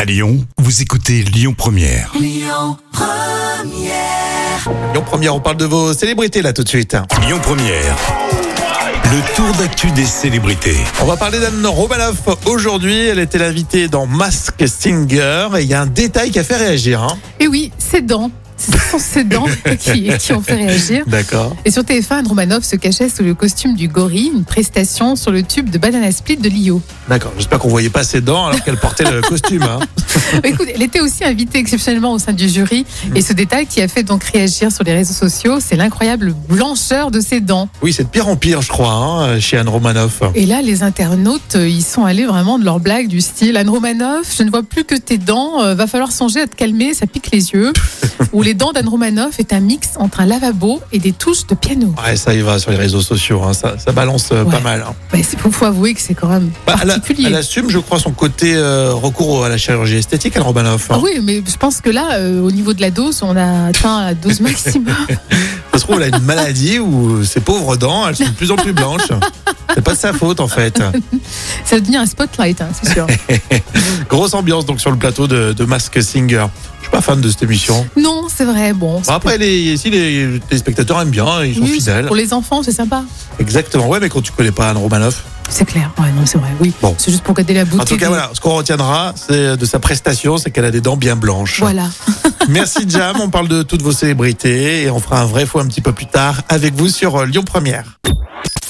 À Lyon, vous écoutez Lyon Première. Lyon Première, on parle de vos célébrités là tout de suite. Lyon Première. Le tour d'actu des célébrités. On va parler d'Anne Romanoff aujourd'hui. Elle était l'invitée dans Mask Singer et il y a un détail qui a fait réagir. hein. Et oui, ses dents. Ce sont ses dents qui, qui ont fait réagir. D'accord. Et sur TF1, Romanov se cachait sous le costume du gorille, une prestation sur le tube de Banana Split de Lio. D'accord. J'espère qu'on voyait pas ses dents alors qu'elle portait le costume. hein. Écoute, elle était aussi invitée exceptionnellement au sein du jury. Et ce détail qui a fait donc réagir sur les réseaux sociaux, c'est l'incroyable blancheur de ses dents. Oui, c'est de pire en pire, je crois, hein, chez Anne Romanoff. Et là, les internautes, euh, ils sont allés vraiment de leur blague du style Anne Romanoff, je ne vois plus que tes dents, euh, va falloir songer à te calmer, ça pique les yeux. Ou les dents d'Anne Romanoff est un mix entre un lavabo et des touches de piano. Ouais, ça y va sur les réseaux sociaux. hein, ça, ça balance euh, pas Ouais. mal. hein. Il faut, faut avouer que c'est quand même Bah, elle, a- particulier. elle assume, je crois, son côté euh, recours à la chirurgie esthétique, Anne Romanoff. hein. Ah oui, mais je pense que là, euh, au niveau de la dose, on a atteint la dose maximum. Ça se trouve, elle a une maladie où ses pauvres dents, elles sont de plus en plus blanches. C'est pas de sa faute, en fait. Ça devient un spotlight, hein, c'est sûr. Grosse ambiance, donc, sur le plateau de, de Mask Singer. Je suis pas fan de cette émission. non, c'est vrai. Bon, Bon, après, les, si les, les spectateurs aiment bien, ils sont Oui, fidèles. pour les enfants, c'est sympa. Exactement. Ouais, mais quand tu connais pas Anne Romanoff. C'est clair. Ouais, non, c'est vrai. Oui. Bon. C'est juste pour garder la beauté. En tout cas, des- voilà, ce qu'on retiendra c'est euh, de sa prestation, c'est qu'elle a des dents bien blanches. Voilà. Merci, Jam. On parle de toutes vos célébrités et on fera un vrai faux un petit peu plus tard avec vous sur euh, Lyon Première.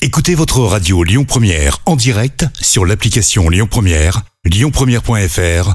Écoutez votre radio Lyon Première en direct sur l'application Lyon Première, lyonpremière.fr